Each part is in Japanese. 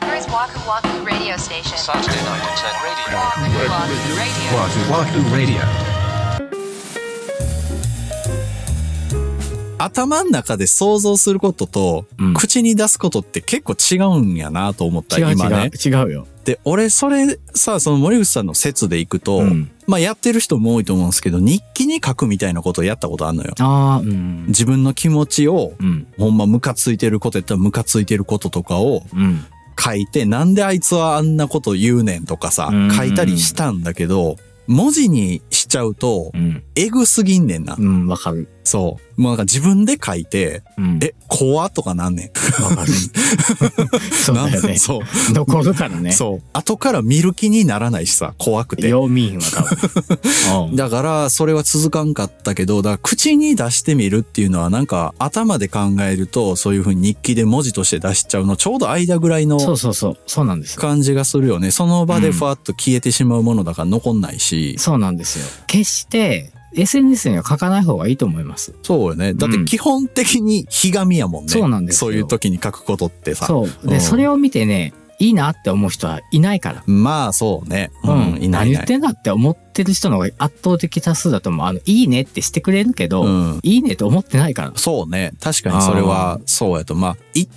Waku Waku Radio Station. Saturday night at 10 radio. Waku Wahoo Waku Radio. Wahoo Radio. 頭の中で想像することと、うん口に出すことって結構違うんやなと思った違う違今ね。う、違うよ。で、俺それさ、その森口さんの説でいくと、うんまあやってる人も多いと思うんですけど、日記に書くみたいなことをやったことあるのよ。ああ、うん。自分の気持ちを、うん。ほんまムカついてることやったらムカついてることとかをうん。書いて、なんであいつはあんなこと言うねんとかさうん、書いたりしたんだけど、文字にしちゃうとう、ん。えぐすぎんねんなう。ん、わかる。そう。もうなんか自分で書いて、うん。え、怖とかなんねん。。わかる。そうだよねそう。 残るからね。そう。後から見る気にならないしさ、怖くて。読みひんわ、多 分。うんだから、それは続かんかったけど、だから口に出してみるっていうのは、なんか頭で考えると、そういう風に日記で文字として出しちゃうの、ちょうど間ぐらいのそうそうそう。そうなんですよ。感じがするよね。その場でふわっと消えてしまうものだから残んないし。そうなんですよ。決して、SNS には書かない方がいいと思います。そうよね。だって基本的にひがみやもんね。そうなんですよそういう時に書くことってさ。そう。うで、んそれを見てね、いいなって思う人はいないから。まあそうね。うん、いないい何言なっい。てんだって思ってる人の方が圧倒的多数だと思う。あの、いいねってしてくれるけど、うんいいねと思ってないから。そうね。確かにそれはそうやと。まあ、一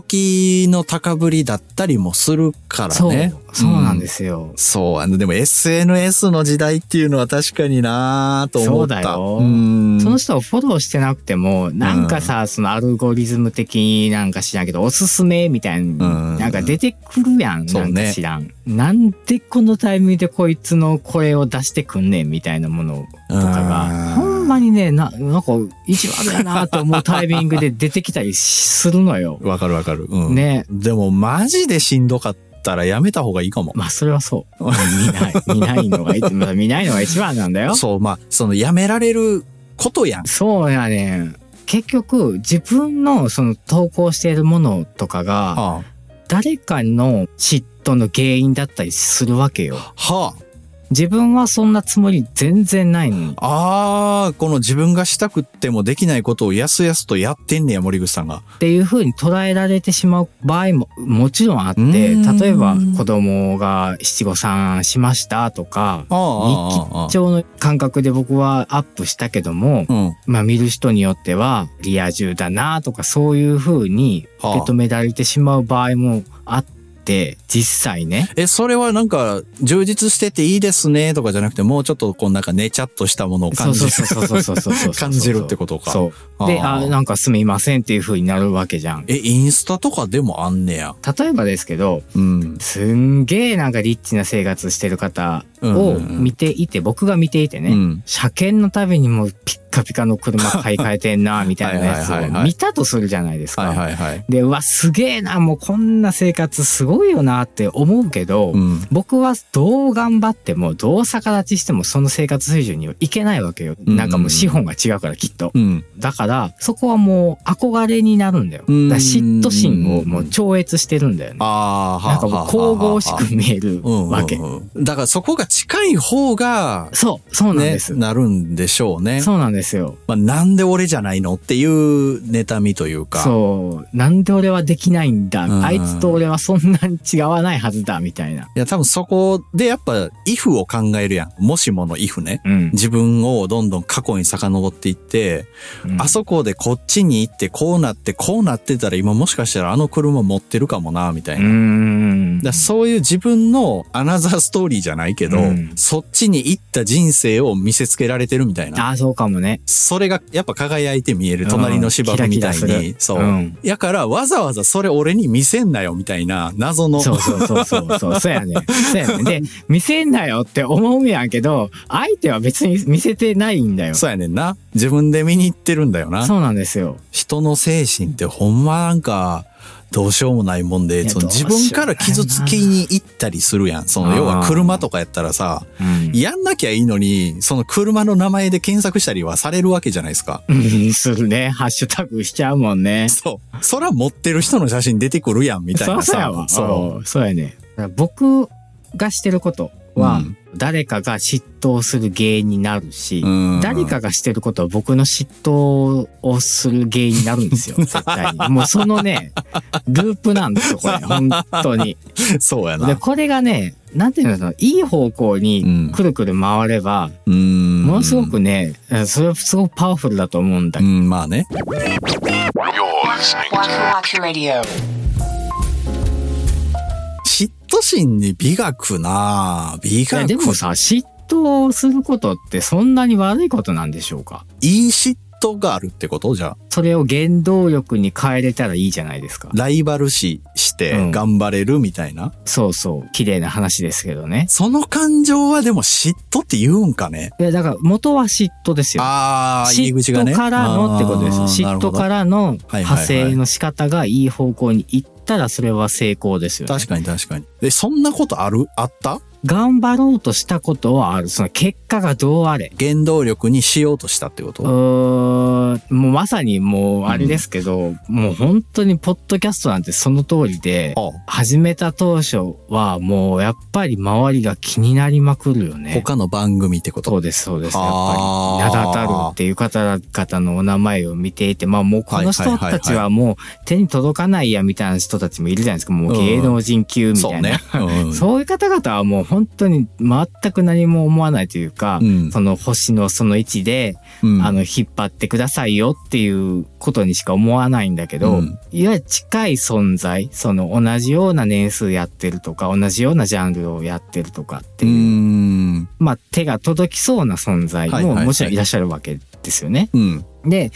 時の高ぶりだったりもするからそうね。。。そうなんですすよ。そうあのでも SNS の時代っていうのは確かになあと思ったそうだよんその人をフォローしてなくても、なんかさ、そのアルゴリズム的になんか知らんけど、おすすめみたいな、うんなんか出てくるやん、そうなねんか知らん。なんでこのタイミングでこいつのこれを出してくんねんみたいなものとかが、うん。ほんまにね、な、なんか意地悪やなと思うタイミングで出てきたりするのよわかるわかる、うん、ね。でもマジでしんどかったらやめた方がいいかもまあ、それはそう。見ない、見ないのがいい、まあ見ないのが一番な んだよ。そうまあそのやめられることやんそうやねん。結局、自分のその投稿しているものとかが、は誰かの嫉妬の原因だったりするわけよ。あ、は自分はそんなつもり全然ないのに。あ、あーこの自分がしたくってもできないことをやすやすとやってんねや森口さんがっていう風に捉えられてしまう場合ももちろんあって、うーん例えば子供が七五三しましたとか、ああ日記帳の感覚で僕はアップしたけども、うんまあ見る人によってはリア充だなとかそういう風に受け止められてしまう場合もあって、実際ね。えそれはなんか充実してていいですねとかじゃなくてもうちょっとこうなんかねちゃっとしたものをそ感うじそうるそうそうそうそうそう。感じるってことかそう。で、はあなんかすみませんっていう風になるわけじゃん。 えインスタとかでもあんねや例えばですけど、うんすんげえなんかリッチな生活してる方うんうをんうん見ていて、僕が見ていてね、うん車検のたびにもうピッカピカの車買い替えてんな、みたいなやつはいはいはいはをい見たとするじゃないですか。はいはいはいで、うわ、すげえな、もうこんな生活すごいよなって思うけど、うん僕はどう頑張っても、どう逆立ちしてもその生活水準にはいけないわけよ。んなんかもう資本が違うからきっと。うんだからそこはもう憧れになるんだよ。うだからん嫉妬心をもう超越してるんだよね。ああなんかもう神々しく見えるわけ。だからそこが近い方がそうそうなんねです。なるんでしょうねそうなんですよ。まあ、なんで俺じゃないのっていう妬みというか。そうなんで俺はできないんだ。うんあいつと俺はそんなに違わないはずだみたいな。いや、多分そこでやっぱ、if を考えるやん。もしもの if ね。うん。自分をどんどん過去に遡っていって、うんあそこでこっちに行って、こうなって、こうなってたら今もしかしたらあの車持ってるかもな、みたいうな。ん。だからそういう自分のアナザーストーリーじゃないけど、うんそっちに行った人生を見せつけられてるみたいな。あそうかもね。それがやっぱ輝いて見える隣の芝生みたいに。うんキラキラするそう。うんやからわざわざそれ俺に見せんなよみたいな謎の。そうそうそうそうそうそうやね。そうやね。で見せんなよって思うやんけど相手は別に見せてないんだよ。そうやねんな。自分で見に行ってるんだよな。そうなんですよ。人の精神ってほんまなんか、どうしようもないもんいで、やそのどう自しようもないな分から傷つきに行ったりするやん。その要は車とかやったらさ、うんやんなきゃいいのに、その車の名前で検索したりはされるわけじゃないですか。うんするね。ハッシュタグしちゃうもんね。そう。そら持ってる人の写真出てくるやんみたいそなうさ。そうやわ。そううんそうやね。僕がしてることは、うん誰かが嫉妬する原因になるし、うん誰かがしてることは僕の嫉妬をする原因になるんで すよ、絶対に。もうそのね、ループなんですよ、これ、本 当に。 そうやな。で、これがね、なんていうの、いい方向にくるくる回れば、うん。ものすごくね、それはすごくパワフルだと思うんだうけど、ん、まあね。 Waku Waku Radio. 嫉妬心に美学な美いや学でもさ、嫉妬をすることってそんなに悪いことなんでしょうかいい嫉妬があるってことじゃあ。それを原動力に変えれたらいいじゃないですか。ライバル視して頑張れるみたいな。そうそう。綺麗な話ですけどね。その感情はでも嫉妬って言うんかね。いや、だから元は嫉妬ですよ。ああ、入嫉り口がね。。妬からのってことです。嫉妬かららのはいはい派生の仕方がいい方向に行ったらそれは成功ですよ、ね。確かに確かに。え、そんなことあるあった頑張ろうとしたことはある。その結果がどうあれ。原動力にしようとしたってこうーとんもうまさにもうあれですけど、もう本当にポッドキャストなんてその通りで、ああ始めた当初はもうやっぱり周りが気になりまくるよね。他の番組ってことそうです、そうです。やっあぱーり、名だたるっていう方々のお名前を見ていて、まあもうこの人たちはもう手に届かないやみたいな人たちもいるじゃないですか。もう芸能人級みたいな。そうね。うん そういう方々はもう本当に全く何も思わないというか、うんその星のその位置で、うんあの、引っ張ってくださいよっていうことにしか思わないんだけうど、んいわゆる近い存在、その同じような年数やってるとか、同じようなジャンルをやってるとかってういう、ん。まあ手が届きそうな存在はいはいもはいもちろんいらっしゃるわけですよね。うん。で、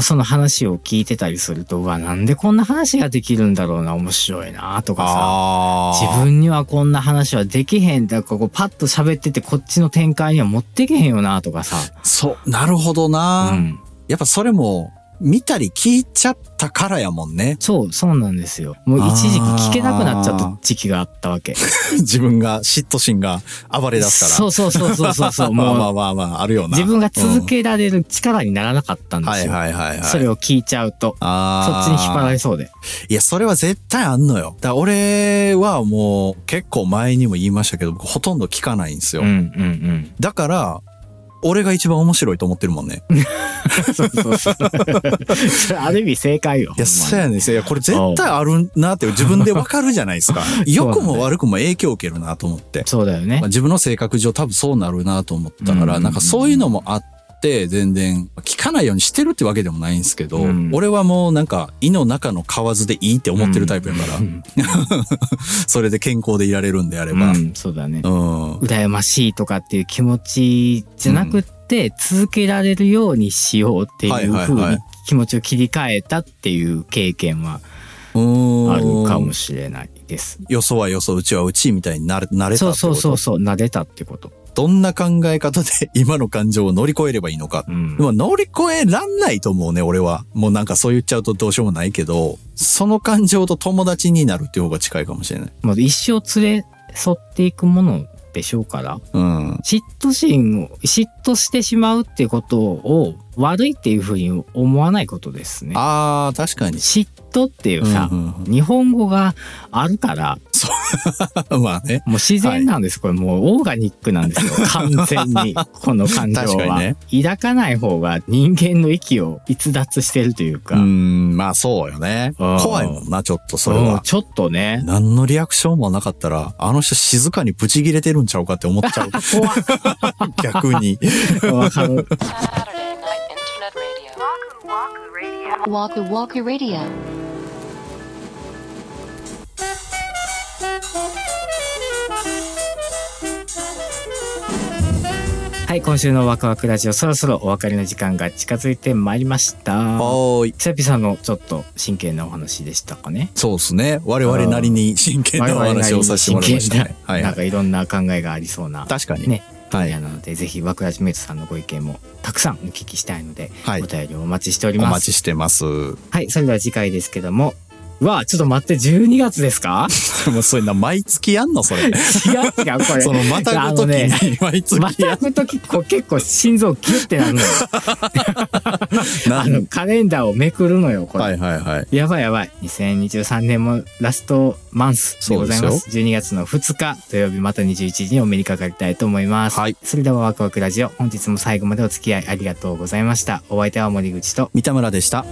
その話を聞いてたりすると、うわ、なんでこんな話ができるんだろうな、面白いな、とかさ。あ自あ。分にはこんな話はできへん。だからこうパッと喋っててこっちの展開には持ってけへんよなとかさ。そう、なるほどな、うん。。やっぱそれも、見たり聞いちゃったからやもんね そう、そうなんですよ。もう一時期聞けなくなっちゃった時期があったわけ。自分が、嫉妬心が暴れ出したら。そうそうそうそうそ うそう。まあまもあうまあまあ、あるよな。自分が続けられる力にならなかっうたんんではすいよ。はいはいはい。それを聞いちゃうと。そっあちに引っ張られそうで。いや、それは絶対あんのよ。だから俺はもう、結構前にも言いましたけど、僕ほとんど聞かないんですよ。うんうんだから、俺が一番面白いと思ってるもんね。うん。そうそうそう。それ ある意味正解よ。いや、そうやね。ねんいや、これ絶対あるなって自分でわかるじゃないです か。良くも悪くも影響を受けるなと思って。そうだよねまあ、。自分の性格上多分そうなるなと思ったから、うんなんかそういうのもあって全然聞かないようにしてるってわけでもないんですけど、うん俺はもうなんか胃の中の蛙でいいって思ってるタイプやから、うんそれで健康でいられるんであれば、ううんん、そうだね。羨ましいとかっていう気持ちじゃなくって、続けられるようにしようっていはいう風はいはいに気持ちを切り替えたっていう経験はうあるかもししれないです。よそはよそうちはうちみたいになれなれたってそこうとそうそうそう、撫でたってこと。どんな考え方で今の感情を乗り越えればいいのかう。んで。も乗り越えらんないと思うね、俺は。もうなんかそう言っちゃうとどうしようもないけど、その感情と友達になるっていう方が近いかもしれない。まあ、一生連れ添っていくものでしょうから、うん。嫉妬心を、嫉妬してしまうっていうことを悪いっていう風に思わないことですね。ああ、確かに。嫉妬っていうさ、うんうん日本語があるかうら、ん まあね。もう自然なんです、これもうオーガニックなんで すよ完全にこの感情確かには、抱かない方が人間の息を逸脱してるといううか、ん、まあそうよね。うん怖いもんな、ちょっとそれうんは。ちょっとね何のリアクションもなかったら、あの人静かにブチギレてるんちゃうかって思っ ちゃう。逆に。わか る Saturday Night Internet Radio. Waku Waku Radio. Waku Waku Radio. はい今週のワクワクラジオそろそろお別れの時間が近づいてまいりましたおーい。久々のちょっと真剣なお話でしたかねそうですね。我々なりに真剣なお話をさせてもらいましたね。ははいい、はなんかい。いろんな考えがありそうな確かに。ねは分い野なので、ぜひワクラジメイトさんのご意見もたくさんお聞きしたいので、はいお。便りをお待ちしておりおます待ちしてます。 もはい、それでは次回ですけども。うわあ、ちょっと待って、12月です かうそういうの毎月やんのそ れ。違う違う、これ。そのまたあご とのきね、に毎月 またぐとき、こう結構心臓ギュってなるのよ。あのカレンダーをめくるのよこれ、はいはいはい。やばいやばい2023年もラストマンスでございまそうす12月の2日土曜日また21時にお目にかかりたいと思います、はいそれではワクワクラジオ本日も最後までお付き合いありがとうございましたお相手は森口と三田村でした。